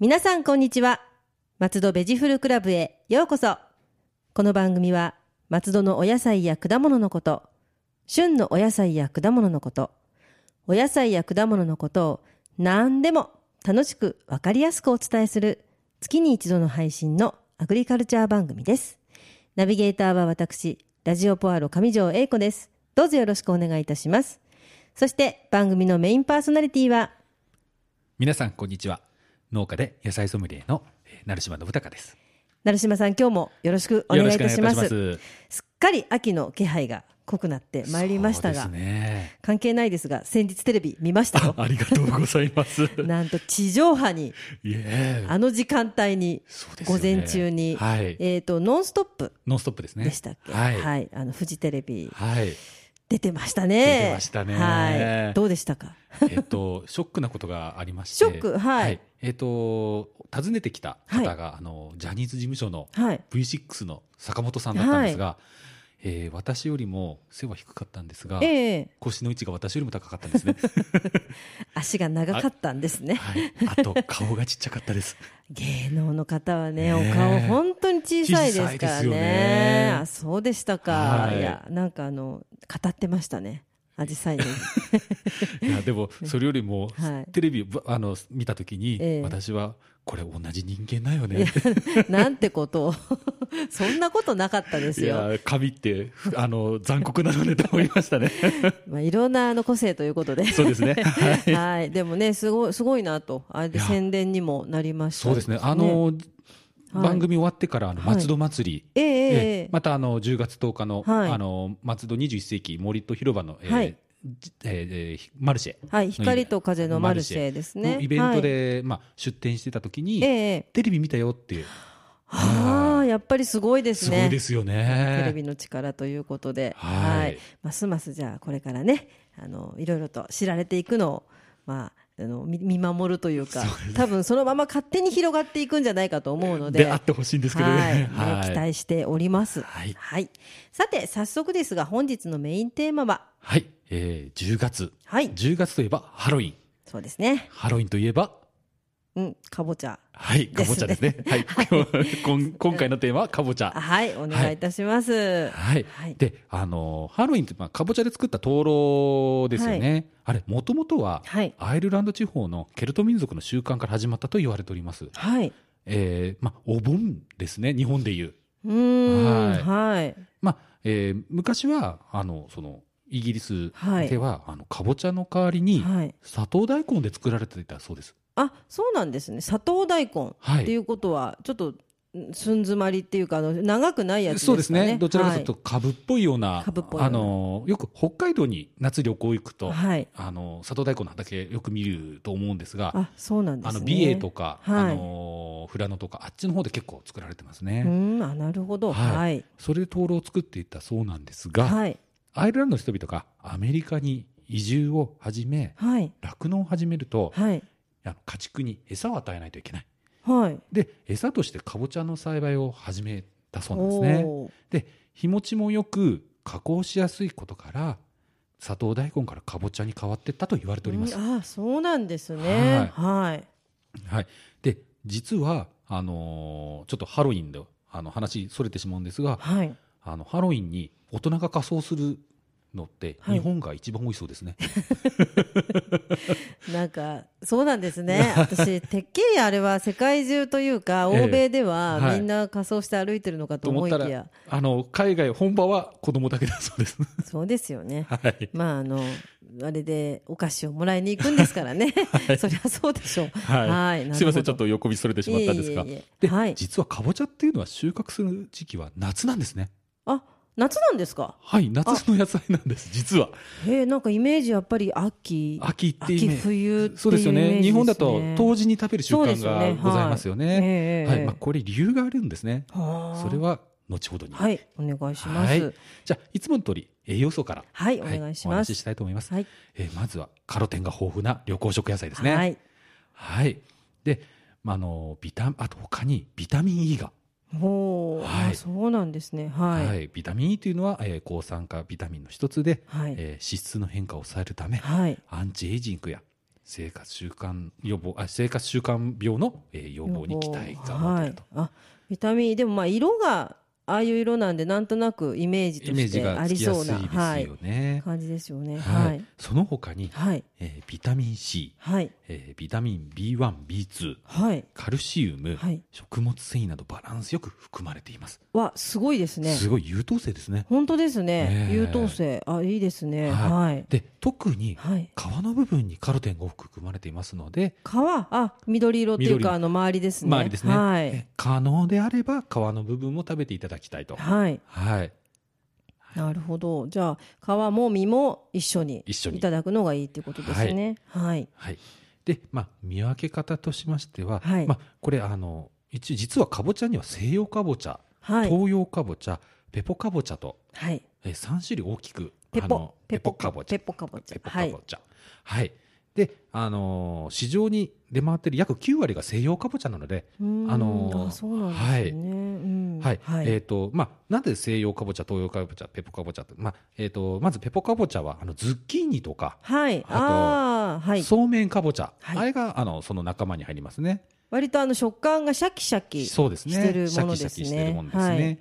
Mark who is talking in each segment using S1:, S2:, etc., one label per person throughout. S1: 皆さんこんにちは松戸ベジフルクラブへようこそこの番組は松戸のお野菜や果物のこと旬のお野菜や果物のことお野菜や果物のことを何でも楽しくわかりやすくお伝えする月に一度の配信のアグリカルチャー番組ですナビゲーターは私ラジオポアロ上条英子ですどうぞよろしくお願いいたしますそして番組のメインパーソナリティは
S2: 皆さんこんにちは農家で野菜ソムリエのえー成島信孝です
S1: 成島さん今日もよろしくお願いいたします
S2: よろしくお願いいたし
S1: すっかり秋の気配が濃くなってまいりましたが、
S2: そうですね
S1: 関係ないですが先日テレビ見ましたよ
S2: あありがとうございます
S1: なんと地上波に
S2: いえ
S1: あの時間帯に
S2: そうです
S1: 午
S2: よね
S1: 前中に、
S2: はい
S1: えっ、と「ノンストップ
S2: ノンストップです」ね
S1: でしたっけ、
S2: はいはい、
S1: はい、あのフジテレビ 出てましたね
S2: 出てましたね
S1: はいどうでしたか
S2: えっとショックなことがありまして
S1: ショックはい
S2: えっと訪ねてきた方が、あのジャニーズ事務所の
S1: はい
S2: V6 の坂本さんだったんですが、えー私よりも背は低かったんですが、
S1: ええ
S2: 腰の位置が私よりも高かったんですね、
S1: 足が長かったんですね
S2: はい、あと顔がちっちゃかった です
S1: 芸能の方はね、
S2: ねえ
S1: お顔本当に小さいです
S2: 小
S1: か
S2: さ
S1: ら
S2: いですよ
S1: ね
S2: ね
S1: あそうでしたか、、
S2: はいい
S1: やなんかあの語ってましたねアジサ イに
S2: いやでもそれよりも、
S1: はい
S2: テレビをぶあの見た時に、
S1: ええ
S2: 私はこれ同じ人間だよ
S1: いや
S2: ね
S1: なんてことを そんなことなかったで
S2: い
S1: すよ
S2: や神ってふあの残酷なのねと思いました ね
S1: まあ、いろんなあの個性ということで
S2: そうですね、はい、
S1: はい、でもねすごいすごいなとあれで
S2: いや
S1: 宣伝にもなりました
S2: そうですねあの、番組終わってからあの
S1: はい
S2: 松戸祭り、
S1: えええ
S2: え
S1: え
S2: えまたあの10月10日の,、
S1: はい
S2: あの松戸21世紀森と広場の、ええ
S1: はい
S2: じええええマルシェ
S1: はい、光と風のマルシェですね
S2: のイベントで、まあ、出店してた時
S1: はい
S2: に、
S1: ええええ
S2: テレビ見たよっていう
S1: ああやっぱりすごいです
S2: す
S1: ね
S2: ごいですよね。
S1: テレビの力ということで、
S2: はい
S1: ますますじゃあこれからねあのいろいろと知られていくのを、まあ、あのみ見守るというか多分そのまま勝手に広がっていくんじゃないかと思うので
S2: であってほしいんですけど
S1: はいね
S2: ね。
S1: 期待しております、
S2: はい
S1: さて早速ですが本日のメインテーマは
S2: はい、えー、10月。
S1: はい
S2: 10月といえばハロウィン。
S1: そうですね、
S2: ハロウィンといえば、
S1: うん、かぼちゃ
S2: はい、かぼちゃですね。はい、こん今回のテーマはかぼち
S1: あ
S2: ゃ。
S1: はいお願いいたします、
S2: はい
S1: はい。
S2: で、あのーハロウィンって、まあ、かぼちゃで作った灯籠ですよね。あれ、もともとは、
S1: はい
S2: アイルランド地方のケルト民族の習慣から始まったと言われております。
S1: はい
S2: えー、まあ、お盆ですね、日本でいう。
S1: うーん
S2: はい
S1: はい
S2: まあえー昔はあのそのイギリス
S1: はい
S2: では、あのかぼちゃの代わりに、
S1: はい
S2: 砂糖大根で作られていたそうです。
S1: あそうなんですね砂糖大根
S2: は
S1: ってい
S2: い。
S1: うことはちょっとん寸詰まりっていうかあの長くないやつですかね。
S2: そうですね。どちらかというと株っぽいような、
S1: 株っぽいよう
S2: あ
S1: な
S2: のよく北海道に夏旅行行くと、
S1: はい、はい
S2: あの砂糖大根の畑よく見ると思うんですが、あ
S1: あそうなんですね。
S2: の美瑛とか、
S1: はい
S2: あの富良野とかあっちの方で結構作られてます
S1: う
S2: ね。
S1: んあなるほどは
S2: はいそれで灯籠を作っていったそうなんですが、
S1: はい
S2: アイルランドの人々がアメリカに移住を始め
S1: はい
S2: 酪農を始めると、
S1: はい
S2: あの家畜に餌を与えないといけない。
S1: はい。
S2: で餌としてかぼちゃの栽培を始めたそうなんですね。
S1: おー
S2: で日持ちもよく加工しやすいことから砂糖大根からかぼちゃに変わっていったと言われております。
S1: うんあそうなんですね。はい
S2: はい、で実はあのーちょっとハロウィンであの話それてしまうんですが
S1: はい。
S2: あのハロウィンに大人が仮装するのって
S1: はい
S2: 日本が一番多いそうですね。
S1: なんかそうなんですね。私てっきりあれは世界中というか
S2: ええ
S1: 欧米では
S2: はい
S1: みんな仮装して歩いてるのかと
S2: と思
S1: 思い
S2: った
S1: きや
S2: らあの海外本場は子供だけだそうです。
S1: そうですよね。
S2: はい
S1: まああのあれでお菓子をもらいに行くんですから ね。 そりゃそうでしょう。
S2: は
S1: はい
S2: い
S1: なるほど
S2: すいませんちょっと横道それてしまったんですが
S1: いえいえいえ
S2: で、
S1: はい
S2: 実はかぼちゃっていうのは収穫する時期は夏なんですね
S1: あ夏なんですか。
S2: はい夏の野菜なん です実は
S1: へえなんかイメージやっぱり秋。
S2: 秋っていうイ
S1: 秋
S2: メージ
S1: 冬っていうイメージ
S2: そうですよね日本だと冬
S1: 時
S2: 至に食べる習慣がございますよね
S1: ね
S2: はいまあ、これ理由があるんですね
S1: は
S2: それは後ほどに、
S1: はいお願いしま
S2: は
S1: す
S2: い。じゃあいつもの通り栄養素から
S1: はいお願いし
S2: お
S1: ま
S2: 話し
S1: す。
S2: したいと思います、
S1: はい
S2: えーまずはカロテンが豊富な旅行食野菜ですね
S1: はい。
S2: はいで、まあ、あのビタあと他にビタミン E が
S1: ほう、
S2: はい
S1: あそうなんですね。はい。
S2: は
S1: はい。
S2: い、ビタミン E というのは、えー抗酸化ビタミンの一つで、
S1: はい。
S2: えー脂質の変化を抑えるためアンチエイジングや生活習慣予防あ生活習慣病の、えー予防に期待が持てると、
S1: はい、あ、ビタミン E でもまあ色がああいう色なんでなんとなくイメージと
S2: イメー
S1: し
S2: ジ
S1: て
S2: が
S1: あ
S2: つ
S1: り
S2: きや
S1: そ
S2: す
S1: うな、
S2: い
S1: は
S2: です
S1: い
S2: よ、ね、
S1: 感じですよね。
S2: はい
S1: はい。
S2: その他に、
S1: はい。
S2: えービタミン C、
S1: はい。
S2: えービタミン B1B2
S1: はい。
S2: カルシウム、
S1: はい。
S2: 食物繊維などバランスよく含まれています、
S1: わ、すごいですね。
S2: すごい優等生ですね
S1: 本当ですね
S2: ね。え
S1: 優等生。あ、いいですね。
S2: は
S1: はい。
S2: で特に
S1: はい。
S2: 皮の部分にカロテンが多く含まれていますので
S1: 皮、あ、緑色っていう
S2: 緑
S1: か、あの、周りですね。
S2: 周りですね、
S1: はい。
S2: え可能であれば皮の部分も食べていただきたいと
S1: はい。
S2: はい
S1: なるほど。じゃあ、皮も実も一緒に
S2: 一緒に
S1: いただくのがいいっていうことですね。はい。
S2: はい、で、まあ、見分け方としましては、
S1: はい
S2: まあ、これあの一応実はかぼちゃには西洋かぼちゃ、
S1: はい。
S2: 東洋かぼちゃペポかぼちゃと、
S1: はい。
S2: えー、3種類大きく
S1: ペ
S2: あ
S1: ポ
S2: の、ペポかぼちゃ
S1: ペポかぼちゃ
S2: ペ。ポ
S1: は
S2: か
S1: い
S2: ぼ。ちゃはい、で、あのー市場に出回ってる約9割が西洋かぼちゃなので、
S1: うーん
S2: あのー
S1: あそうなんですね。うん
S2: はい
S1: はい。
S2: えーとまあ、なぜ西洋かぼちゃ東洋かぼちゃペポかぼちゃって、まあえー、とまずペポかぼちゃはあのズッキーニとか、
S1: はい。
S2: あと
S1: ああ、はい。
S2: そうめんかぼちゃ、
S1: はい
S2: あれがあのその仲間に入りますね。
S1: 割とあの食感がシャキシャキ。
S2: そうですね。
S1: してるものですね
S2: シャキシャキしてるものですね。
S1: はい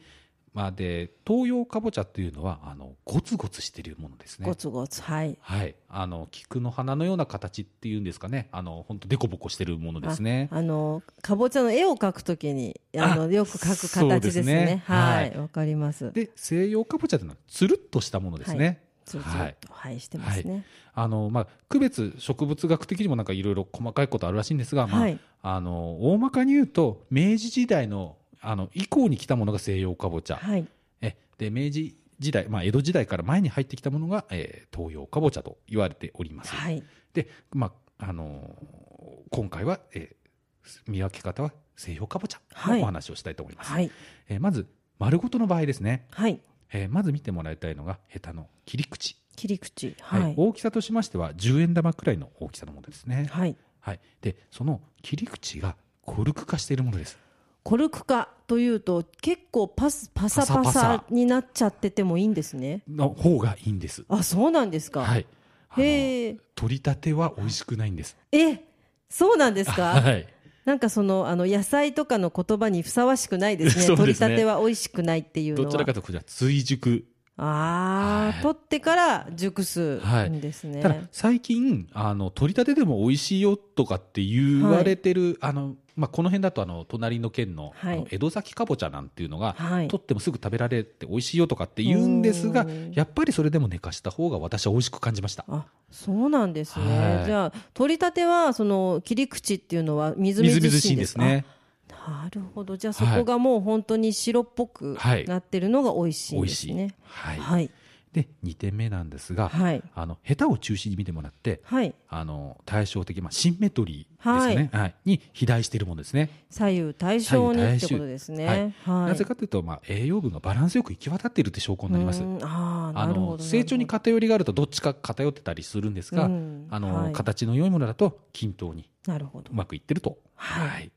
S2: まあで東洋かぼちゃっていうのはあのゴツゴツしてるものですね
S1: ゴ。ツゴツ。はい。
S2: はい、あの菊の花のような形っていうんですかね。あの本当デコボコしてるものですね。
S1: あのかぼちゃの絵を描くときにあの
S2: あ
S1: よく描く
S2: そう
S1: 形
S2: で
S1: ですす
S2: ね
S1: ね。は。
S2: はい
S1: わかります。
S2: で西洋かぼちゃっていうのはつるっとしたものですね。
S1: つるつるっとはいしてますね。
S2: あのまあ区別植物学的にもなんかいろいろ細かいことあるらしいんですが、まあ、
S1: はい。
S2: あの大まかに言うと明治時代のあの以降に来たものが西洋かぼちゃ。
S1: はい。
S2: えで明治時代、まあ、江戸時代から前に入ってきたものが、えー東洋かぼちゃと言われております、
S1: はい。
S2: で、まああのー今回は、えー見分け方は西洋かぼちゃ
S1: はい
S2: のお話をしたいと思います、
S1: はい。
S2: えーまず丸ごとの場合ですね、
S1: はい。
S2: えーまず見てもらいたいのがヘタの切り口、
S1: 切り口。
S2: はい
S1: はい。
S2: 大きさとしましては10円玉くらいの大きさのものですね、
S1: はい。
S2: はい、でその切り口がコルク化しているものです
S1: コルク化というと結構パスパサパ
S2: パサパ
S1: サになっちゃっててもいいんですね。
S2: の方がいいんです、
S1: あ、そうなんですか。
S2: はい、あの
S1: へえ。
S2: 取りたては美味しくないんです
S1: え、そうなんですか。
S2: はい
S1: なんかそのあの野菜とかの言葉にふさわしくないですね。
S2: そう
S1: 取
S2: で
S1: り
S2: すね
S1: たては美味しくないっていうの
S2: ど
S1: は。
S2: ちらかというとこちら追熟、
S1: ああ、
S2: はい
S1: 取ってから熟すんですね。
S2: ただ最近あの取り立てでも美味しいよとかって言われてる、あのまあ、この辺だとあの隣の県の,、
S1: はい
S2: あの江戸崎かぼちゃなんていうのが、
S1: はい
S2: 取ってもすぐ食べられて美味しいよとかって言うんです
S1: う
S2: が
S1: ん
S2: やっぱりそれでも寝かした方が私は美味しく感じました
S1: あそうなんですね、
S2: はい
S1: じゃあ取りたてはその切り口っていうのはみずみ
S2: みず
S1: ず
S2: みず
S1: し
S2: し
S1: いん
S2: いん
S1: で
S2: ですす
S1: ね
S2: ね
S1: なるほどじゃあそこがもう本当に白っぽく
S2: はい
S1: なってるのが美味しい
S2: 美
S1: んで
S2: 味
S1: す
S2: しい、
S1: ね
S2: はい
S1: はい
S2: で2点目なんですが、
S1: はい
S2: あのヘタを中心に見てもらって
S1: はい
S2: あの対照的、まあ、シンメトリーですよね、はいに肥大しているものですね
S1: 左右対称に
S2: 左右対
S1: って
S2: 称
S1: ことですねはい
S2: なぜかというと、まあ、栄養分がバランスよく行き渡っているって証拠になります
S1: う。んああな
S2: あ
S1: るほ
S2: の
S1: ど
S2: 成長に
S1: か
S2: 偏りがあるとどっちか偏ってたりするんですが、
S1: うん
S2: あの
S1: はい
S2: 形の良いものだと均等に
S1: なるほど
S2: うまくいってると。
S1: はい
S2: はい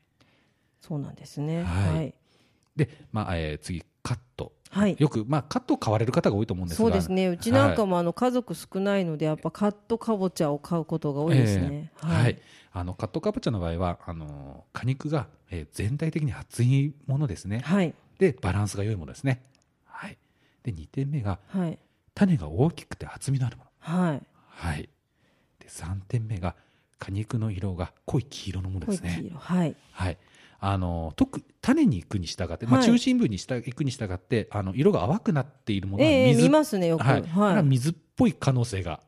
S1: そうなんですね
S2: はい
S1: はい
S2: で、まあえー次カット、
S1: はい
S2: よく、まあ、カットを買われる方が多いと思うんですが
S1: そうですねうちなんかもあの家族少ないのでやっぱカットかぼちゃを買うことが多いですね、
S2: えーはいあのカットかぼちゃの場合はあの果肉が、えー全体的に厚いものですね
S1: はい
S2: でバランスが良いものですね、はい、で2点目が
S1: はい
S2: 種が大きくて厚みのあるもの
S1: はい
S2: はい。で、三点目が果肉の色が濃い黄色のもの
S1: 濃
S2: で
S1: い
S2: す
S1: 黄
S2: ね。
S1: 色はい
S2: はい。あの特種に行くに従って、まあ
S1: はい
S2: 中心部にした行くに従って、あの色が淡くなっているものは
S1: ええ
S2: 水、
S1: 見ますねよく
S2: はい。これ
S1: は
S2: はい水っぽい可能性が、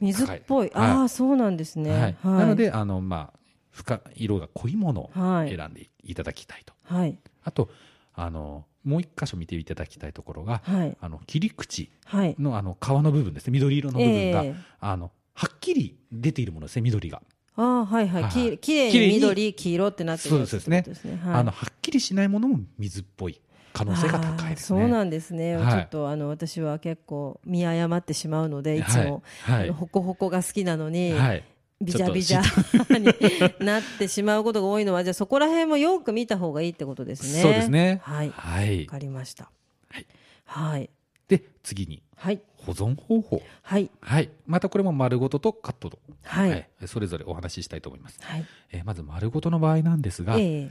S1: 水っぽい
S2: 高い
S1: ああそうなんですね
S2: はい。
S1: はい
S2: なのであのまあ深色が濃いものを
S1: はい
S2: 選んでいただきたいと。
S1: はい
S2: あとあのもう一箇所見ていただきたいところが、
S1: はい
S2: あの切り口
S1: はい
S2: のあの皮の部分ですね、緑色の部分が、
S1: ええ
S2: あのはっきり出ているものですね、緑が。
S1: ああはいはい
S2: は
S1: き
S2: い
S1: きれい
S2: きれい
S1: に
S2: に
S1: 緑黄色ってなってるやつ
S2: そうですね
S1: ってことですねはい
S2: あのはっきりしないものも水っぽい可能性が高いですね。
S1: あーそうなんですね、
S2: はい
S1: ちょっとあの私は結構見誤ってしまうのでいつも、
S2: はい、
S1: あのほこほこが好きなのに、
S2: はい、
S1: ビジャビジャ になってしまうことが多いのはじゃあそこら辺もよく見た方がいいってことですね。
S2: そうですね
S1: はいわ
S2: はい
S1: かりました。
S2: はい
S1: はい
S2: で次に
S1: はい
S2: 保存方法
S1: はい
S2: はいまたこれも丸ごととカットと、
S1: はい
S2: はいそれぞれお話ししたいと思います、
S1: はい
S2: えーまず丸ごとの場合なんですが、え
S1: え
S2: ー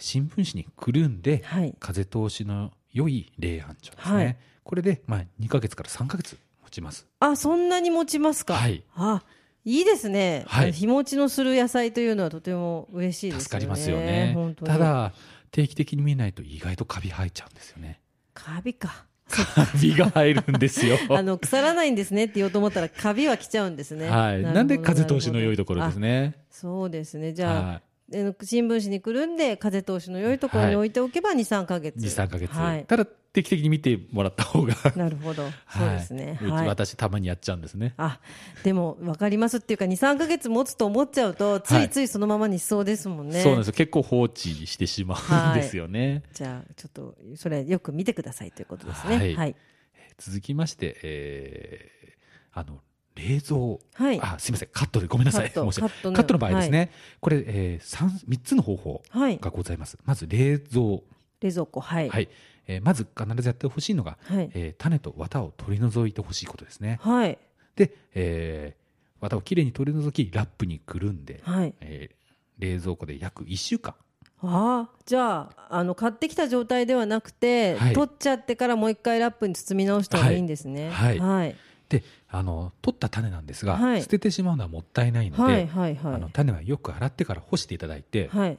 S2: 新聞紙にくるんで
S1: えはい
S2: 風通しの良い冷暗所ですね、
S1: はい
S2: これで、まあ、2ヶ月から3ヶ月持ちます
S1: あそんなに持ちますか。
S2: はい
S1: あいいですね。
S2: はい
S1: 日持ちのする野菜というのはとても嬉しいですよね。
S2: 助かりますよね
S1: 本当に
S2: ただ定期的に見ないと意外とカビ生えちゃうんですよね
S1: カビか。
S2: カビが入るんですよ
S1: あの腐らないんですねって言おうと思ったらカビは来ちゃうんですね。
S2: はい、
S1: るほど
S2: なんで風通しの良いところです
S1: ね。
S2: ね
S1: あそうですね。じゃあ、え
S2: は
S1: ー新聞紙にくるんで風通しの良いところに置いておけば2、3ヶ月。
S2: い23か月、
S1: はい。
S2: ただ定期的に見てもらった 方が
S1: なるほど。そうですね。
S2: はい、うち
S1: はい。
S2: 私たまにやっちゃうんですね
S1: あ、でも分かりますっていうか2、3ヶ月持つと思っちゃうとついついそのままにしそうですもんね。
S2: そうなんですよ結構放置してしまうんですよね、
S1: じゃあちょっとそれよく見てくださいということですね。は。
S2: はいい
S1: はい。
S2: 続きまして、えーあの冷蔵、
S1: はい
S2: あすみませんカットでごめんなさい
S1: カット
S2: 申し訳
S1: カット
S2: ない
S1: の
S2: カットの場合ですね、これ、えー、3, 三つの方法がございますまず冷蔵、
S1: 冷蔵庫、はい。
S2: はいえーまず必ずやってほしいのが、
S1: はい。
S2: えー種と綿を取り除いてほしいことですね
S1: はい。
S2: で、えー綿をきれいに取り除きラップにくるんで、
S1: はい。
S2: えー冷蔵庫で約1週間
S1: ああ、じゃあ、あの買ってきた状態ではなくて、
S2: はい
S1: 取っちゃってからもう一回ラップに包み直した方がいいんですね。
S2: はい
S1: はい。
S2: であの取った種なんですが、
S1: はい
S2: 捨ててしまうのはもったいないので、
S1: はい。はい。
S2: あ
S1: は
S2: の種はよく洗ってから干していただいて、
S1: い。はい。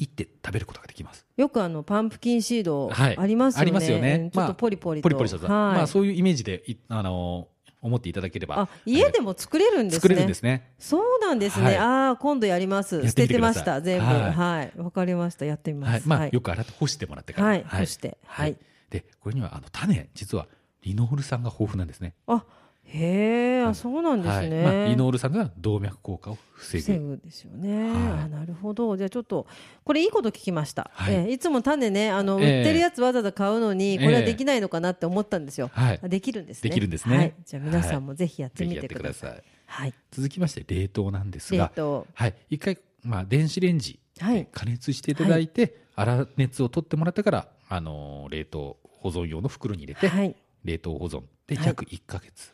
S2: いって食べることができます
S1: よくあのパンプキンシード
S2: はい
S1: ありますよね。
S2: ありますよね
S1: うんちょっ
S2: ま
S1: と
S2: あ
S1: ポリポリと。
S2: ポリポリした
S1: はい。
S2: まあそういうイメージでいあの思っていただければ
S1: あ、家でも作れるん
S2: え
S1: で
S2: ー
S1: すね。
S2: 作れるんですね
S1: そうなんですね。
S2: はい
S1: ああ、今度やります。
S2: や
S1: 捨
S2: って
S1: て
S2: みて
S1: て
S2: く
S1: ま
S2: ださい
S1: した。全部。
S2: はい
S1: はい。わかりました。やってみ
S2: は
S1: ま
S2: い
S1: す。
S2: まあ
S1: はい
S2: よ。く洗って干してもらってから
S1: はい干してはい
S2: でこれにはあの種実はリノール酸が豊富なんですね
S1: あ、へえ、
S2: は
S1: あ、
S2: い
S1: そうなんです
S2: はい
S1: ね。
S2: まあ、リノール酸が動脈硬化を防
S1: 防
S2: ぐ
S1: ぐですよね、
S2: はい
S1: あなるほどじゃあちょっとこれいいこと聞きました、
S2: はい
S1: ええいつも種ねあの、
S2: え
S1: 売
S2: え
S1: ってるやつわざわざ買うのに
S2: ええ
S1: これはできないのかなって思ったんですよ、
S2: はい
S1: あできるんですね
S2: できるんですね
S1: はい、じゃあ皆さんもぜひやって
S2: ぜひ
S1: み
S2: やってて
S1: く
S2: く
S1: だ
S2: だ
S1: さい
S2: さい
S1: はい
S2: 続きまして冷凍なんです
S1: 冷
S2: が
S1: 凍
S2: はい一回まあ電子レンジ
S1: はい
S2: 加熱していただいて粗熱を取ってもらってからあのー冷凍保存用の袋に入れて
S1: はい
S2: 冷凍保存で
S1: はい
S2: 約1ヶ月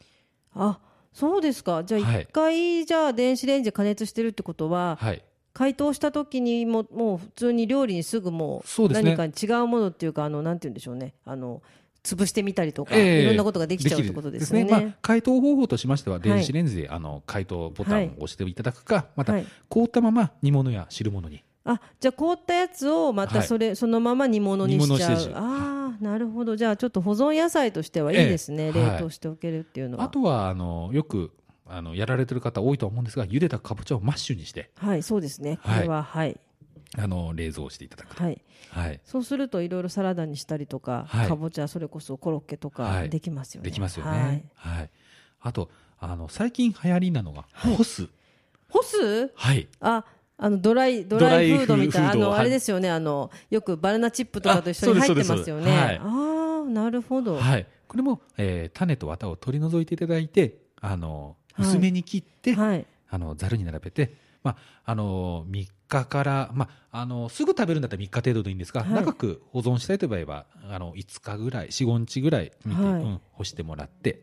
S1: あそうですかじゃあ
S2: はい
S1: 一回じゃあ電子レンジ加熱してるってことは、
S2: はい
S1: 解凍した時にももう普通に料理にすぐも
S2: そう
S1: う
S2: ですね
S1: 何か違うものっていうかあのなんて言うんでしょうねあの潰してみたりとか、
S2: ええ
S1: いろんなことができちゃうってことですよね。
S2: きるまあ、解凍方法としましては電子レンジで、あの解凍ボタンを押していただくか、また
S1: はい
S2: 凍ったまま煮物や汁物に
S1: あじゃあ凍ったやつをまた
S2: はい
S1: それ、そのまま煮物にしちゃ
S2: 煮物
S1: う
S2: してし
S1: ああなるほどじゃあちょっと保存野菜としてはいいですね、
S2: ええ
S1: 冷凍しておけるっていうのは
S2: あとはあのよくあのやられてる方多いとは思うんですが茹でたかぼちゃをマッシュにして
S1: はいそうですねこ
S2: はい
S1: れははい、
S2: あの冷蔵していただくと、
S1: はい
S2: はい、
S1: そうするといろいろサラダにしたりとか、
S2: はい
S1: かぼちゃそれこそコロッケと
S2: は
S1: か
S2: い
S1: できますよね、
S2: できますよね、
S1: は
S2: はいいあとあの最近流行りなのが
S1: はい
S2: 干す、
S1: 干す
S2: はい
S1: ああのドライド
S2: ド
S1: ラ
S2: ライ
S1: イフードみたいなあ
S2: フード
S1: の、
S2: はい
S1: あれですよねあのよくバナナチップとかと一緒に
S2: あ
S1: 入
S2: そ
S1: っ
S2: う
S1: て
S2: です
S1: ますよ
S2: そう
S1: ね
S2: ですはい
S1: ああなるほど、
S2: はい、これも、えー種と綿を取り除いていただいてあ
S1: は
S2: の
S1: い
S2: 薄めに切って、
S1: はい
S2: あのざるに並べて、まあ、あの3日から、まあ、あのすぐ食べるんだったら3日程度でいいんですが、
S1: はい
S2: 長く保存したいという場合はあの5日ぐらい45日ぐらい見て、
S1: はい
S2: うん、干してもらって、
S1: っ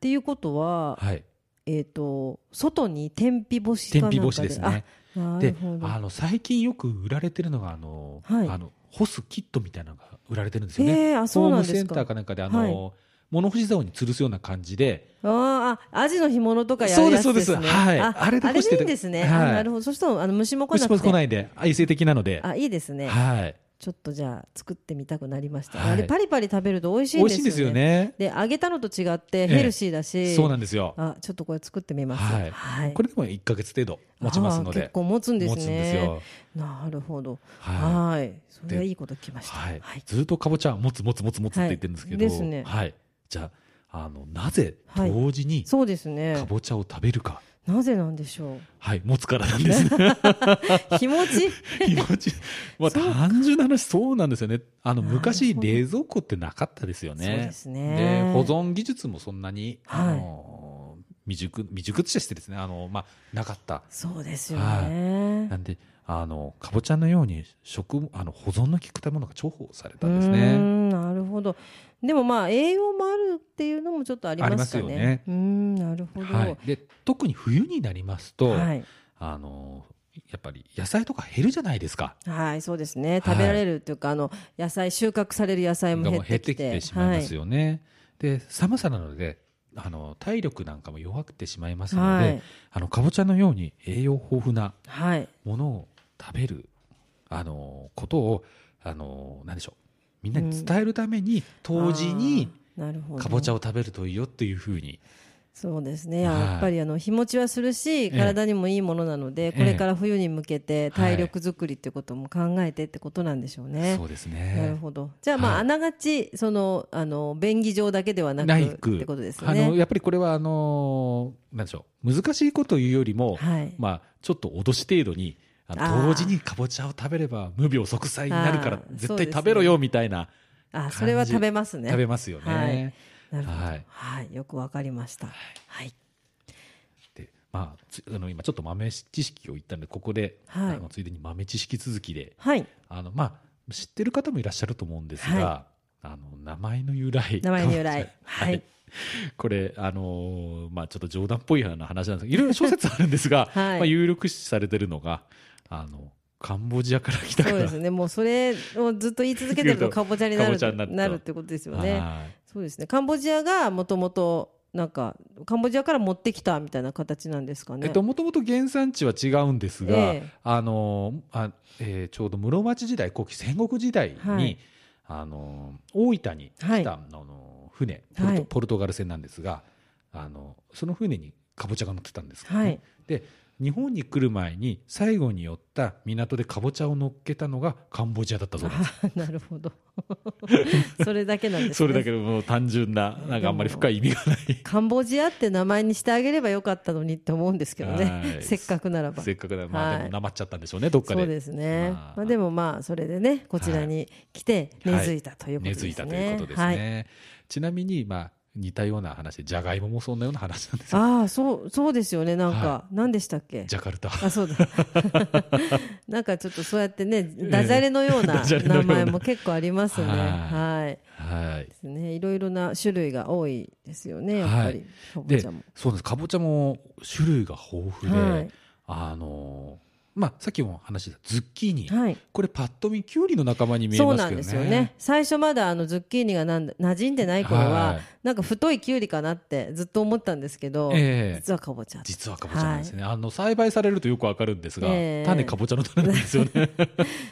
S1: ていうことは、
S2: はい、
S1: えー、と外に天日干しかな
S2: 天
S1: んか
S2: 日干しですね。
S1: あなる
S2: で
S1: ほど
S2: あの最近よく売られてるのがあの、
S1: はい
S2: あの干すキットみたいなのが売られてるんですよね。
S1: えーあそうなんですか
S2: ホームセンターかなんかであの、物干し竿に吊るすような感じで、
S1: あーあアジの干物とかや
S2: そ
S1: る
S2: うで
S1: や
S2: す
S1: つですね
S2: そうですはい
S1: あ
S2: あれで
S1: あ
S2: 干し
S1: で
S2: てて
S1: いいんですね、
S2: はい
S1: あなるほどそしたらあの虫も来な
S2: 虫
S1: く
S2: も来
S1: て
S2: ないで衛生的なので、
S1: あいいですね
S2: はい、
S1: ちょっとじゃあ作ってみたくなりました、
S2: はい
S1: あれパリパリ食べると美味しい
S2: 美
S1: んで
S2: 味
S1: す
S2: し
S1: よ
S2: い
S1: ね
S2: んですよね。
S1: で揚げたのと違ってヘルシーだし、
S2: そうなんですよ。
S1: あちょっとこれ作ってみます
S2: はい
S1: はい
S2: これでも1か月程度持ちますの
S1: あー
S2: で
S1: 結構持つんですね
S2: 持つんですよ、
S1: なるほど
S2: は
S1: はいそれはいいこと聞きま
S2: い
S1: した
S2: はい
S1: はい
S2: ずっとかぼちゃは持つ持つ持つ持つって言ってるんですけど、
S1: はいですね
S2: はいじゃああのなぜ
S1: はい
S2: 同時に
S1: そうです
S2: か
S1: ね
S2: ぼちゃを食べるか、
S1: なぜなんでしょ
S2: はい、持つからなんですね
S1: う日持ち
S2: 気持 ち、まあ、
S1: そう
S2: 単純な話そうなんですよねあの
S1: なるほど
S2: 昔冷蔵庫ってなかったですよね
S1: そうですね
S2: で保存技術もそんなに、
S1: はい
S2: あの未熟未熟ってしてですねあの、まあ、なかった
S1: そうですよね。
S2: なんであのかぼちゃのように食あの保存の効く食べ物が重宝されたんですね。
S1: んなるほど。でもまあ栄養もあるっていうのもちょっとありますかね。
S2: ありますよね
S1: うんなるほど。
S2: はい、で特に冬になりますと、
S1: はい
S2: あのやっぱり野菜とか減るじゃないですか。
S1: はい、そうですね。
S2: はい
S1: 食べられるというか、あの野菜収穫される野菜も
S2: が
S1: 減
S2: もう
S1: って
S2: 減っ
S1: きて
S2: てきてしまいます
S1: よ。
S2: よね。で寒さなのであの体力なんかも弱くてしまいますので、
S1: はい
S2: あのかぼちゃのように栄養豊富な
S1: はい、はい
S2: ものを食べるあのことをあの何でしょうみんなに伝えるために、当時に
S1: あーなるほど
S2: かぼちゃ
S1: を
S2: を食べるといいよっていうふうに
S1: そうですね。
S2: はい
S1: やっぱりあの日持ちはするし、
S2: ええ
S1: 体にもいいものなので、これから冬に向けて体力作りってことも考えてってことなんでしょうね。
S2: そうです
S1: なる
S2: ね。
S1: ほど。じゃあまあ、
S2: はい
S1: あながちそのあの便宜上だけではなく
S2: ない
S1: ってことです
S2: あの
S1: ね。
S2: やっぱりこれはあのなんでしょう難しいことを言うよりも、
S1: はい。
S2: まあ、ちょっと脅し程度にあ
S1: あー
S2: の同時にかぼちゃを食べれば無病息災になるか
S1: あ
S2: ら
S1: ー
S2: 絶
S1: そうで
S2: 対
S1: すね
S2: 食べろよみたいな
S1: あ、それは
S2: 感じ
S1: 食べますね。
S2: 食べますよね。
S1: はいなるほど。は
S2: はいい、
S1: よくわかりました。はい。
S2: でまあ、つあの今ちょっと豆知識を言ったのでここで、
S1: はい
S2: あのついでに豆知識続きで
S1: はい。
S2: あの、まあ、知ってる方もいらっしゃると思うんですが、あの名前の由来
S1: 名前の由来
S2: は
S1: はい
S2: い、これ、あのーまあ、ちょっと冗談っぽいような話なんですけどいろいろ諸説あるんですが、
S1: はい
S2: まあ、有力視されてるのがあのカンボジアから 来たか
S1: そう
S2: ら
S1: ですね。もうそれをずっと言い続けてるとかぼちゃにな
S2: か
S1: る
S2: ぼちゃになると
S1: なるってことですよね。
S2: はい
S1: そうですね。カンボジアがもともとなんかカンボジアから持ってきたみたいな形なんですかね。
S2: えっと、もともと原産地は違うんですが、
S1: ええ
S2: あのあえーちょうど室町時代後期戦国時代に、
S1: はい
S2: あの大分に
S1: は
S2: 来
S1: い
S2: た、あの船ポルト,、
S1: はい
S2: ポルトガル船なんですがあのその船にかぼちゃが乗ってたんですけどね、
S1: はい
S2: で日本に来る前に最後に寄った港でかぼちゃを乗っけたのがカンボジアだったそうです。
S1: あなるほど。 それだけなんです、ね。
S2: それだけでもう単純ななんかあんまり深い意味がない
S1: カンボジアって名前にしてあげればよかったのにって思うんですけどね
S2: は。い
S1: せっかくならば。
S2: せっかくだ、まあ、
S1: はい
S2: でもなまっちゃったんでしょうねどっかで
S1: そうですね。ま
S2: ま
S1: あ、
S2: あ
S1: でもまあそれでねこちらに来て根付いたということ
S2: 根
S1: ですね。
S2: 付いたということですね。
S1: はい
S2: ちなみに、まあ、似たような話で、じゃがいももそんなような話なんですよ。
S1: ああそうそうですよねなんか、
S2: は
S1: 何でしたっけ
S2: ジャカルタ。
S1: あそうだ なんかちょっとそうやってねダジャレのような
S2: ダジャレのよ
S1: 名
S2: うな
S1: 前も結構ありますね
S2: はい
S1: はい
S2: はい
S1: で。すねいろいろな種類が多いですよねやっぱり、かぼ
S2: で
S1: ちゃも、
S2: そうです。かぼちゃも種類が豊富で、
S1: はい
S2: あのーまあ、さっきも話したズッキーニ。
S1: はい
S2: これ、パッと見、きゅうりの仲間に見え
S1: そう
S2: ま
S1: な
S2: す
S1: ん
S2: けど
S1: で
S2: ね。
S1: すよね最初まだあのズッキーニがなん馴染んでない頃は、
S2: はい
S1: なんか太いきゅうりかなってずっと思ったんですけど、
S2: ええ
S1: 実はかぼちゃ
S2: 実はかぼちゃなんですね、あの栽培されるとよくわかるんですが、
S1: ええ
S2: 種かぼちゃの種なんですよね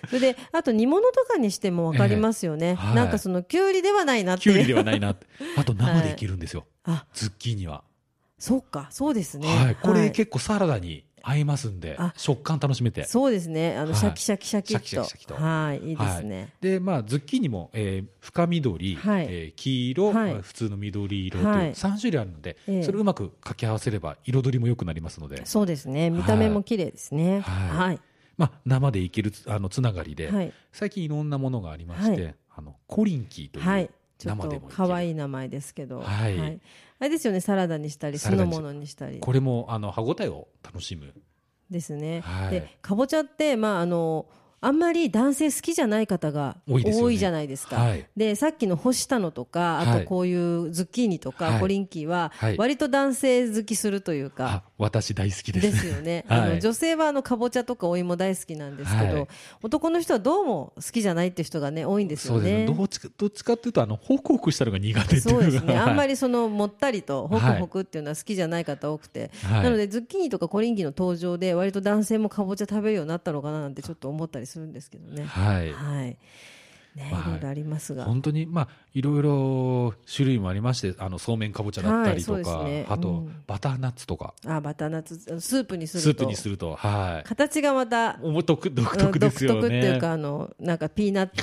S1: それであと煮物とかにしても分かりますよね、
S2: えはい
S1: なんかそのきゅうりではないなっ
S2: き
S1: て
S2: ゅう
S1: い
S2: り
S1: う
S2: ではないなってあと生でいけるんですよ、
S1: あ
S2: ズッキーニは、
S1: そうかそうですね
S2: はいこれ結構サラダに合いますんで、
S1: あ
S2: 食感楽しめて
S1: そうですねあの
S2: はい
S1: シャキシャキシャキっと
S2: シャキシャキシャキと
S1: はいいいですね、
S2: でまあ、ズッキーニも、えー深緑、
S1: はい
S2: えー黄色、
S1: はい
S2: まあ普通の緑色という
S1: はい
S2: 3種類あるので、
S1: ええ
S2: それをうまく掛け合わせれば彩りも良くなりますので、
S1: そうですね見た目も綺麗ですねは
S2: はいまあ、生でいけるつあのつながりで、
S1: はい、
S2: 最近いろんなものがありまして、
S1: は
S2: あのコリンキーという、
S1: はい、ちょっ
S2: 生で
S1: と
S2: もいける
S1: 可愛い名前ですけど、
S2: はい
S1: あれですよねサラダにしたり酢
S2: サラダ
S1: の
S2: にし
S1: 物にしたり
S2: これもあの歯ごたえを楽しむ、
S1: ですね、
S2: はい
S1: でかぼちゃってまああのあんまり男性好きじゃない方が
S2: 多いですよね
S1: 多いじゃないですか
S2: はい
S1: でさっきの干したのとかあ
S2: は
S1: と
S2: い
S1: こういうズッキーニとか、
S2: はい
S1: コリンキーは
S2: はい
S1: 割と男性好きするというか、
S2: あ私大好きです
S1: ですよね、
S2: はい
S1: あの女性はあのかぼちゃとかお芋大好きなんですけど、
S2: はい
S1: 男の人はどうも好きじゃないっていう人がね多いんです
S2: そ
S1: よ
S2: うです
S1: ね
S2: ねどっちかどっちかっていうとあのホクホクしたのが苦手っていう
S1: そ
S2: の
S1: う
S2: が
S1: ですねあんま
S2: り、
S1: りそのもったりとホクホクっていうのは好きじゃない方多くて、
S2: はい
S1: なのでズッキーニとかコリンキーの登場で割と男性もかぼちゃ食べるようになったのかななんてちょっと思ったりするんですけどね
S2: はい
S1: はいね
S2: まあ
S1: いろいろありますが
S2: 本当にまあいろいろ種類もありましてあのそうめんかぼちゃだったりと
S1: はい
S2: か、
S1: そうですね
S2: あと、
S1: うん
S2: バターナッツとか
S1: あバターナッツスープにすると
S2: スープにするとはい
S1: 形がまた
S2: おも独独特ですよね
S1: 独特っていうかあのなんかピーナッツ、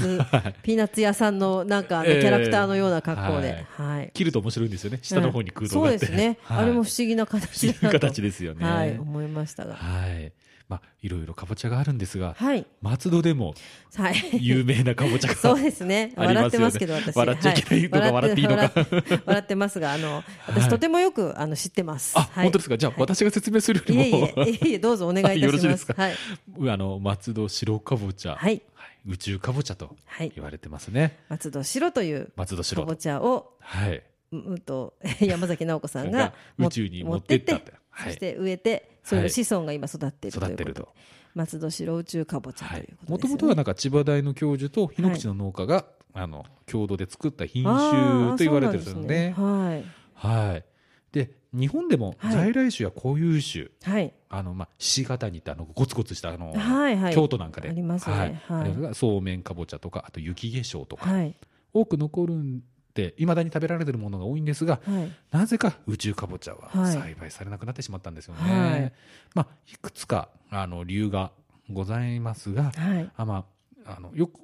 S1: ピーナッツ屋さんのなんかあのキ
S2: ええ
S1: ャラクターのような格好で、はい
S2: 切ると面白いんですよね下の方に空洞が
S1: そうで
S2: あって、
S1: すね、
S2: はい
S1: あれも不思議な形
S2: そ
S1: だ
S2: ういう
S1: なと
S2: 形ですよね
S1: はい思いましたが
S2: はいまあ、いろいろかぼちゃがあるんですが、
S1: はい。
S2: 松戸でも
S1: はい。
S2: 有名なかぼちゃ が
S1: そうですね。
S2: あり
S1: 笑
S2: ま
S1: っ
S2: す
S1: て
S2: よね
S1: ますけど、私。
S2: 笑っちゃいけないのか
S1: は
S2: 笑っていいのか
S1: 笑って笑ってますが、あの、
S2: は
S1: 私
S2: い
S1: とてもよく、あの、知ってます。
S2: あ、
S1: はい
S2: 本当ですかじゃあ、私が説明する
S1: い
S2: よ
S1: え
S2: り
S1: い
S2: も
S1: え、いえいえ、どうぞお願いいたします。
S2: あ よろしいですか
S1: はい。
S2: あの松戸白かぼちゃ、
S1: はい。
S2: はい宇宙かぼちゃと
S1: はい。
S2: 言われてますね
S1: 松戸白という
S2: 松戸
S1: か
S2: 白
S1: ぼちゃを、
S2: はい
S1: うんうんと、 山崎直子さんが
S2: が、宇宙に持ってったって、
S1: そ
S2: は
S1: し
S2: い、
S1: て植えて、それの子孫が今育っていると
S2: 育
S1: い
S2: っ
S1: う
S2: て
S1: こ
S2: る
S1: と。
S2: と
S1: 松戸白宇宙かぼちゃと
S2: はいいう
S1: こ
S2: も
S1: とで
S2: と
S1: すよね。
S2: もとはなんか千葉大の教授と日野口の農家が、あの共同で作った品種と言われてるんですよね
S1: あーそうなんですね
S2: はいで日本でも
S1: はい
S2: 在来種や固有種、
S1: はい。
S2: あのまあひし形にってあのゴツゴツしたあの、
S1: はい。はいはい。
S2: 京都なんかで
S1: ありますねはい
S2: あれがそうめんかぼちゃとかあと雪化粧とか、
S1: はい。
S2: 多く残るんでいまだに食べられてるものが多いんですが
S1: はい。
S2: なぜか宇宙かぼちゃは
S1: はい
S2: 栽培されなくなってしまったんですよね。
S1: はいい
S2: まあ、いくつかあの理由がございますが、
S1: はい。
S2: あまあ、あのよく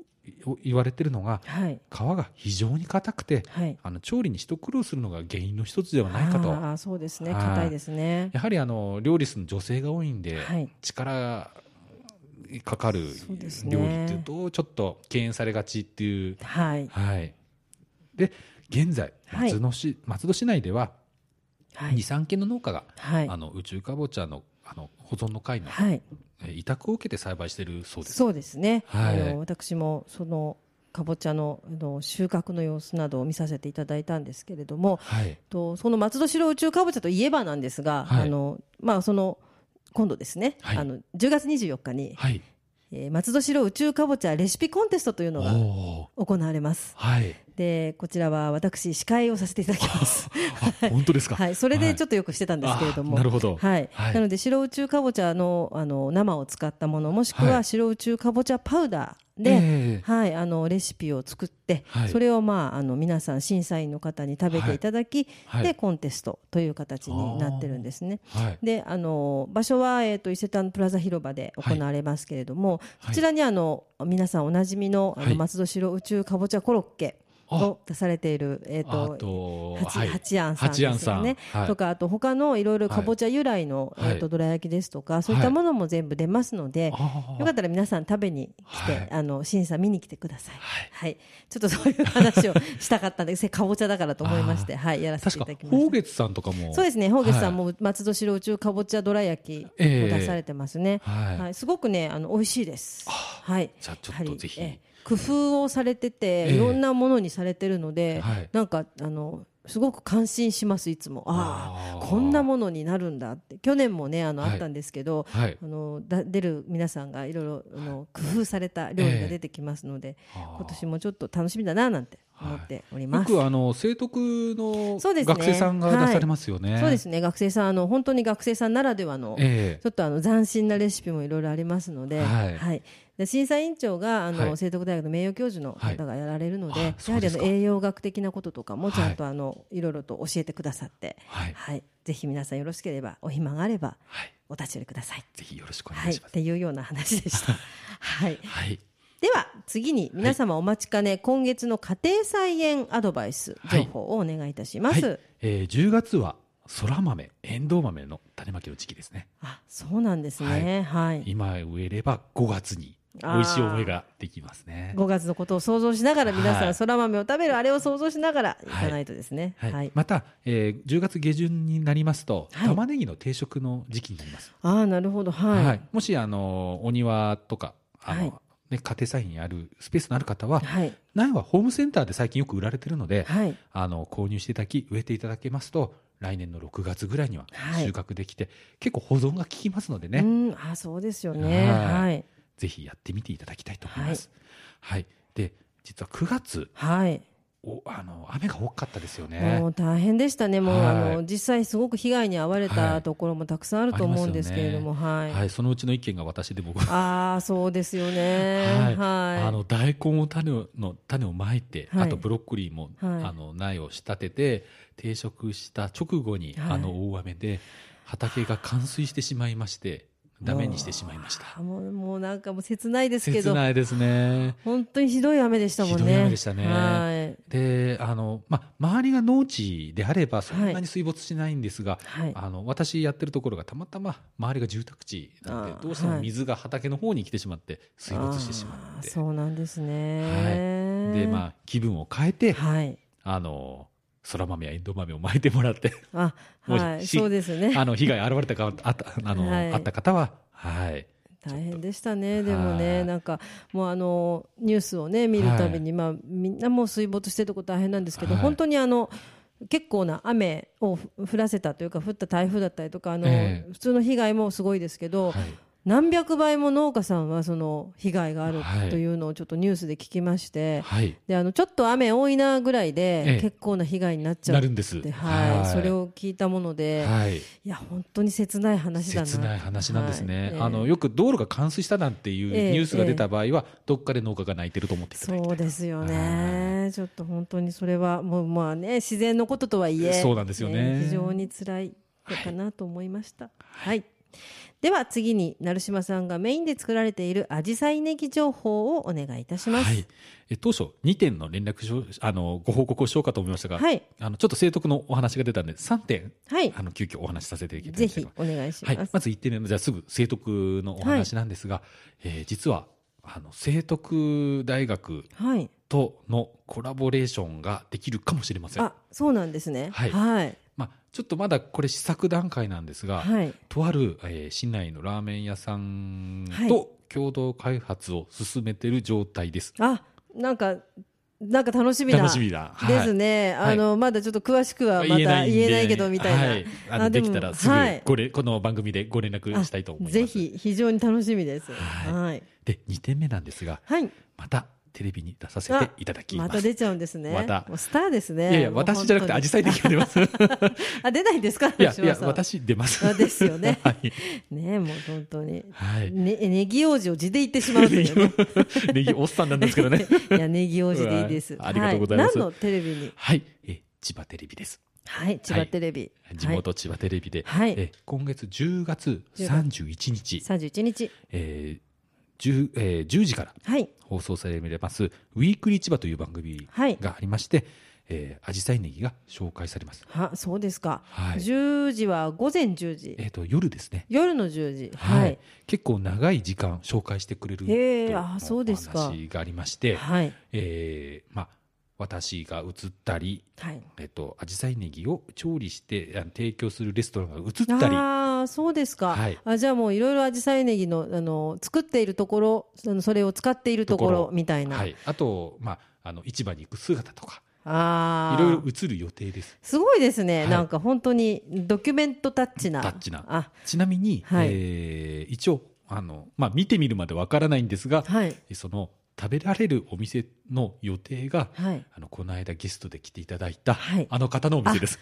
S2: よ言われてるのが
S1: はい。
S2: 皮が非常に硬くて
S1: はい。
S2: あの調理に一苦労するのが原因の一つではないかと
S1: ああ、そうですね。
S2: はい
S1: 硬いですね。
S2: やはりあの料理する女性が多いんで、
S1: はい。
S2: 力がかかる
S1: そうですね
S2: 料理っていうとちょっと敬遠されがちっていう
S1: はい。
S2: はい、で現在
S1: はい
S2: 松戸市,、松戸市内では
S1: は
S2: 二
S1: い。
S2: 三軒の農家が、
S1: はい
S2: あ。の宇宙かぼちゃのあの保存の会の、
S1: はい。
S2: え委託を受けて栽培しているそうです。
S1: そうですね。
S2: は
S1: あ
S2: い
S1: の、私も、その。かぼちゃのあの収穫の様子などを見させていただいたんですけれども
S2: はい、
S1: とその松戸白宇宙かぼちゃといえばなんですが、
S2: はい
S1: あのまあ、その今度ですね、
S2: はい
S1: あの10月24日に、
S2: はい、
S1: えー松戸白宇宙かぼちゃレシピコンテストという
S2: お
S1: のが
S2: お
S1: 行われます
S2: ー、はい、
S1: でこちらは私司会をさせていただきます、
S2: あ本当です か。
S1: はい、それでちょ
S2: ょっ
S1: っとよくしてたんですけれども、
S2: なるほど。
S1: はい
S2: はい
S1: なので白宇宙かぼちゃのあの生を使ったものもしく
S2: は
S1: はい白宇宙かぼちゃパウダー
S2: え
S1: で、
S2: え
S1: はい、あのレシピを作って、
S2: はい
S1: それを、まあ、あの皆さん審査員の方に食べていただき、
S2: はい
S1: でコンテストという形になってるんですね。
S2: はい、
S1: であの場所は、えー、と伊勢丹プラザ広場で行われますけれども、
S2: はい
S1: こちらにあの皆さんおなじみのあ
S2: は
S1: の
S2: い
S1: 松戸白宇宙かぼちゃコロッケを出されている、え
S2: ああ
S1: ー、と
S2: と、
S1: 八
S2: はい、
S1: 八庵さん
S2: 八安
S1: です
S2: さ
S1: よ
S2: ん、
S1: ね。
S2: はい
S1: とかあと他のいろいろかぼちゃ由来の、
S2: はい
S1: えー、とどら焼きですとかそういったものも全部出ますので、
S2: あー
S1: よかったら皆さん食べに来て、
S2: はい
S1: あの審査見に来てください。
S2: はい
S1: はい、ちょっとそういう話をしたかったんで せかぼちゃだからと思いまして、はい、やらせていただ
S2: 確
S1: き
S2: か、
S1: まし
S2: 宝
S1: た。
S2: 月さんとかも、
S1: そうですね、宝月さ
S2: はい
S1: んも松戸白宇宙かぼちゃどら焼きを
S2: ええ
S1: 出されてますね。
S2: はい、
S1: はい、すごくね、あの美味しいです。はい。
S2: じゃあちょ
S1: やは
S2: っと
S1: り
S2: ぜひ、
S1: ええ工夫をされてて、
S2: ええ
S1: いろんなものにされてるので、
S2: はい
S1: なんかあのすごく感心しますいつも。あ
S2: あ
S1: あ、
S2: ー
S1: こんなものになるんだって。去年もね、あの、
S2: はい
S1: あったんですけど。
S2: はい、
S1: あのだ出る皆さんがいろいろあの工夫された料理が出てきますので、今
S2: 今
S1: 年もちょっと楽しみだななんて思っており
S2: よ
S1: ます。
S2: くあの聖徳の
S1: そうですね
S2: 学生さんが出されますよね。
S1: そうですね学生さんあの本当に学生さんならではの、
S2: ええ
S1: ちょっとあの斬新なレシピもいろいろありますので、
S2: はい
S1: で審査委員長があの、
S2: はい
S1: 聖徳大学の名誉教授の方がやられるので、
S2: はいあ
S1: や
S2: そう
S1: はり
S2: で
S1: あ
S2: す
S1: の
S2: か
S1: 栄養学的なこととかもちゃんとあの、い、ろいろと教えてくださって、
S2: はい、
S1: はい、ぜひ皆さんよろしければお暇があれば
S2: はい、
S1: お立ち寄りください。
S2: ぜひよろしくお願
S1: はいい、っ
S2: します。
S1: ていうような話で した。はい、
S2: はい、
S1: では次に皆様お待ちかね、今月の家庭菜園アドバイス情報をお願いいたします。
S2: はいえー、10月はそら豆、エンドウ豆の種まきの時期ですね。
S1: あ、そうなんですね。はい。
S2: 今植えれば5月に美味しい思いができますね。
S1: 5月のことを想像しながら皆
S2: は
S1: さ
S2: い
S1: んそら豆を食べるあれを想像しながらい
S2: はい
S1: かないとですね。
S2: は
S1: はいい。
S2: また、えー、10月下旬になりますと、
S1: はい
S2: 玉ねぎの定食の時期になります。
S1: ああ、なるほど。はい。
S2: は
S1: はいい。、
S2: もしあのお庭とかあの、
S1: はい
S2: ね、家庭菜園にあるスペースのある方は、
S1: はい。
S2: 苗はホームセンターで最近よく売られてるので、あの購入していただき植えていただけますと来年の6月ぐらいには
S1: はい
S2: 収穫できて、結構保存が効きますのでね、
S1: うん、あーそうですよね。
S2: は
S1: はい。
S2: ぜひやってみていただきたいと思います。はい、で実は9月
S1: はい。
S2: おあの雨が多かったですよね
S1: も。う大変でしたね。もう、
S2: はい
S1: あの、実際すごく被害に遭われ
S2: は
S1: た
S2: い
S1: ところもたくさんあると思うんですけれども、
S2: は、
S1: はいい。
S2: そのうちの一件が私で僕
S1: ああ、そうですよね。
S2: は
S1: はいい。
S2: あの大根を種をの種をまいて、
S1: はい
S2: あとブロッコリーも、
S1: はい
S2: あの苗を仕立てて定食した直後に、
S1: はい
S2: あの大雨で畑が冠水してしまいましてダメにしてしまいました
S1: あもうもうなんかもう切ないですけ
S2: 切
S1: ど
S2: ないですね
S1: 本当にひどい雨でしたもんね
S2: ひどい雨でしたね
S1: はい
S2: であの、ま、周りが農地であればそんなに水没しないんですが、
S1: はい
S2: あの私やってるところがたまたま周りが住宅地なの
S1: あー
S2: でどうしても
S1: はい
S2: 水が畑の方に来てしまって水没してしま
S1: あ
S2: っ
S1: ー
S2: て、
S1: そうなんです
S2: は
S1: ね
S2: でまあ気分を変えて、
S1: はい
S2: あのそら豆やエンドウ豆を巻いても らって
S1: あは
S2: も
S1: いう
S2: し
S1: そうですね
S2: あの被害現れたかあったあの、
S1: はい
S2: あった方ははい
S1: 大変でしたね、でもね、
S2: はい
S1: なんかもうあのニュースを、ね、見るたびに、まあ、みんなもう水没してるとこ大変なんですけど、
S2: はい
S1: 本当にあの結構な雨をふ降らせたというか、降った台風だったりとか、あの
S2: ええ
S1: 普通の被害もすごいですけど、
S2: はい
S1: 何百倍も農家さんはその被害がある
S2: はい
S1: というのをちょっとニュースで聞きまして、
S2: はい
S1: であのちょっと雨多いなぐらい
S2: え
S1: で
S2: え、
S1: 結構な被害になっちゃ
S2: な
S1: う
S2: る
S1: っ
S2: んです
S1: て、はいそれ
S2: を
S1: を聞いたもので、
S2: はい
S1: い、や、本当に切ない話だな
S2: 切ない話なんですね、
S1: はい
S2: あのよく道路が冠水したなんていう
S1: ええ
S2: ニュースが出た場合は、どっかで農家が泣いてると思っていただきたい
S1: そうですよね、ちょっと本当にそれは、もうまあね、自然のこととはいえ、
S2: そうなんですよね
S1: 非常に辛いのかなと思いました。はい、では次に、成島さんがメインで作られている紫陽花ネギ情報をお願いいたします。
S2: はい、え当初2点の連絡しょあのご報告をしようかと思いましたが、
S1: はい、
S2: あのちょっと正徳のお話が出たんで3点
S1: はい
S2: あの急遽お話しさせていただきた
S1: ぜ
S2: いと
S1: ひ
S2: 思い
S1: お願いし
S2: ま。
S1: ますす。
S2: はい、まず1点目のじゃあすぐ正徳のお話なんですが、えー実はあの聖徳大学
S1: はい、
S2: とのコラボレーションができるかもしれません。
S1: あ、そうなんですね。
S2: はい
S1: はい、
S2: まあ、ちょっとまだこれ試作段階なんですが、
S1: はい
S2: とある、えー市内のラーメン屋さん
S1: はい
S2: と共同開発を進めている状態です。
S1: あ、なんか、なんか楽しみだ。
S2: 楽しみだ。はい
S1: ですね、
S2: はい
S1: あの、まだちょっと詳しくはまた
S2: 言えないんで
S1: 言えないけどみたいな、
S2: はい、あの
S1: あ
S2: で
S1: も
S2: きたらすぐ
S1: はい
S2: ごれ、この番組でご連絡したいと思います
S1: ぜひ非常に楽しみです。
S2: はい
S1: はい。
S2: で2点目なんですが
S1: はい。
S2: またテレビに出させていただきます
S1: また出ちゃうんですね。
S2: また
S1: もうスターですね。
S2: いやいや私じゃなくてアジサイ的が出ま すい
S1: あ、出ないんですか。
S2: やい
S1: 島
S2: や
S1: さん。
S2: 私出ます
S1: あですよね
S2: はい、
S1: ねえ、もう本当に。
S2: はい、
S1: ね、ネギ王子を字で言ってしまうんですよね。
S2: ネギおっさんなんですけどね
S1: いや、ネギ王子でいいです。
S2: うわありがとうございます
S1: は何のテレビに。
S2: はいえ千葉テレビです
S1: はい、千葉テレビ。
S2: 地元千葉テレビで、
S1: はい
S2: え今月10月31日、
S1: 三十一日。
S2: えー 10, えー10時から
S1: はい。
S2: 放送されます「ウィークリー千葉」という番組
S1: はい
S2: がありまして、えー、アジサイネギが紹介されます、
S1: は、そうですか。
S2: はい
S1: 十時は午前十時。
S2: えー、と夜ですね、
S1: 夜の十時。はい。
S2: 結構長い時間紹介してくれると
S1: へー
S2: いうお
S1: あーそうですか
S2: 話がありまして、
S1: はい。
S2: えーまあ、私が映ったり
S1: はい。
S2: えっと、アジサイネギを調理してあの提供するレストランが映ったり、
S1: ああそうですか、
S2: はい
S1: あじゃあもういろいろアジサイネギのあの作っているところあのそれを使っているとこ
S2: と
S1: ろ
S2: ころ
S1: みたいな、
S2: はい、あと、まあ、あの市場に行く姿とか
S1: あ
S2: い
S1: あ
S2: ろいろ映る予定です
S1: すごいですね、
S2: はい
S1: なんか本当にドキュメントタッチな
S2: タッチな
S1: あ
S2: ちなみに、
S1: はい
S2: えー一応あの、まあ、見てみるまでわからないんですが、
S1: はい
S2: その食べられるお店の予定が、
S1: はい
S2: あのこの間ゲストで来ていただいた、
S1: はい
S2: あの方のお店です。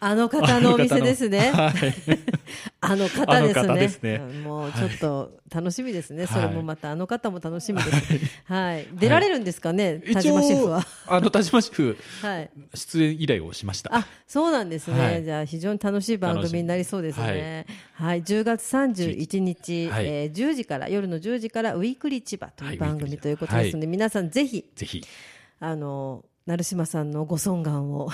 S1: あの方のお店ですね
S2: あの方のはい
S1: あの方ですね
S2: あの
S1: う
S2: 方ですね
S1: んもうちょっと楽しみですね、
S2: はい
S1: それもまたあの方も楽しみですはい、出られるんですかね、 田島シェフは
S2: あの田島シェフ
S1: はい
S2: 出演依頼をしました。
S1: あ、そうなんですね。
S2: はい
S1: じゃあ非常に楽しい番組になりそうですね。はい、10月31日、
S2: はい
S1: えー10時から夜の10時からウィークリー千葉と
S2: はいいう
S1: 番
S2: ウィークリ
S1: 組
S2: ー
S1: ということですので、皆さんぜひ
S2: ぜひ。
S1: あの成島さんのご尊願を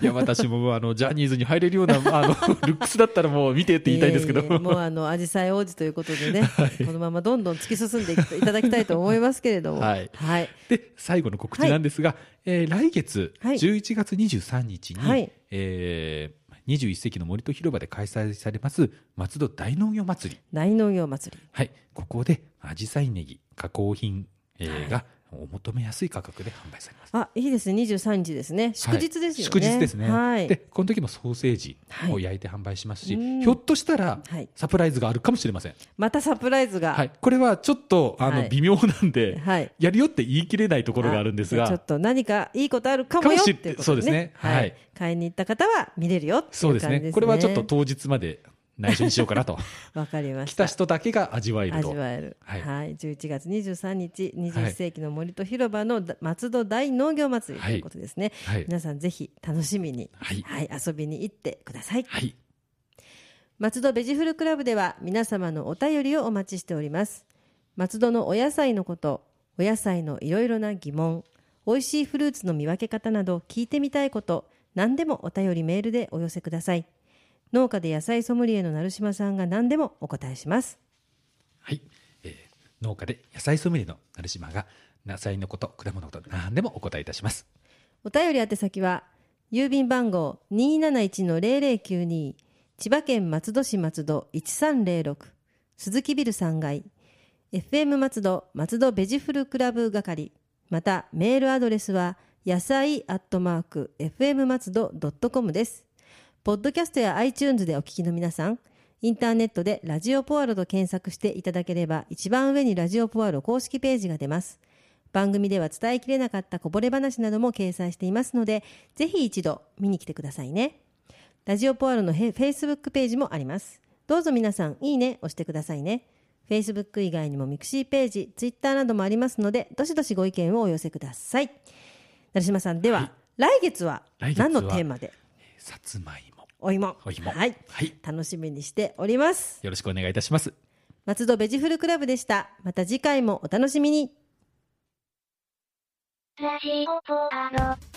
S2: いや、私も、あの、ジャニーズに入れるような、あの、 ルックスだったらもう見てって 言いたいんですけど。
S1: えーもうあの紫陽花王子ということで ね、このままどんどん突き進んでいくいただきたいと思いますけれども、
S2: はい
S1: はい、
S2: で、最後の告知なんですが、えー来月、
S1: はい
S2: 11月23日に、
S1: はい
S2: えー21世紀の森と広場で開催されます、松戸大農業祭り。
S1: 大農業祭り。
S2: はい。ここで、アジサイネギ、加工品、えー
S1: はい
S2: が、お求めやすい価格で販売されます。
S1: あ、いいですね。23日ですね。祝日ですよね。
S2: はい祝日ですね、
S1: はい
S2: で。この時もソーセージを焼いて販売しますし、ひょっとしたら
S1: はい
S2: サプライズがあるかもしれません、
S1: またサプライズが。
S2: はい、これはちょっとあ
S1: は
S2: の
S1: い
S2: 微妙なんで、
S1: はい
S2: やるよって言い切れないところがあるんですが
S1: あじゃあちょっと何かいいことあるかもよ
S2: かも
S1: って
S2: し
S1: いうこと、ね、
S2: そうですねはい
S1: 買いに行った方は見れるよっていう感じ
S2: そうですねこれはちょっと
S1: と
S2: 当日まで内緒にしようかな と
S1: わかりま
S2: 来
S1: したた
S2: 人だけが味わえる
S1: 味
S2: と
S1: わえるは、
S2: はいい
S1: 11月23日
S2: は
S1: 21
S2: い
S1: 世紀の森と広場のだ松戸大農業祭りと
S2: はい
S1: いうことですね、
S2: はい
S1: 皆さんぜひ楽しみに、
S2: はい
S1: はい、遊びに行ってください、
S2: はい
S1: 松戸ベジフルクラブでは皆様のお便りをお待ちしております松戸のお野菜のことお野菜のいろいろな疑問美味しいフルーツの見分け方など聞いてみたいこと何でもお便りメールでお寄せください農家で野菜ソムリエの成島さんが何でもお答えします
S2: はい、えー農家で野菜ソムリエの成島が野菜のこと果物のこと何でもお答えいたします
S1: お便り宛先は郵便番号271-0092千葉県松戸市松戸1306鈴木ビル3階 FM 松戸松戸ベジフルクラブ係またメールアドレスは野菜アットマーク FM 松戸ドットコムですポッドキャストや iTunes でお聞きの皆さんインターネットでラジオポアロと検索していただければ一番上にラジオポアロ公式ページが出ます番組では伝えきれなかったこぼれ話なども掲載していますのでぜひ一度見に来てくださいねラジオポアロのフェフェイスブックページもありますどうぞ皆さんいいね押してくださいねフェイスブック以外にもミクシーページツイッターなどもありますのでどしどしご意見をお寄せください成島さんでは、来月は
S2: 来月は
S1: 何のテーマで
S2: えーさつまいも
S1: お芋
S2: お芋
S1: はい
S2: はい、
S1: 楽しみにしております
S2: よろしくお願いいたします
S1: 松戸ベジフルクラブでしたまた次回もお楽しみに
S3: ラジオポアド。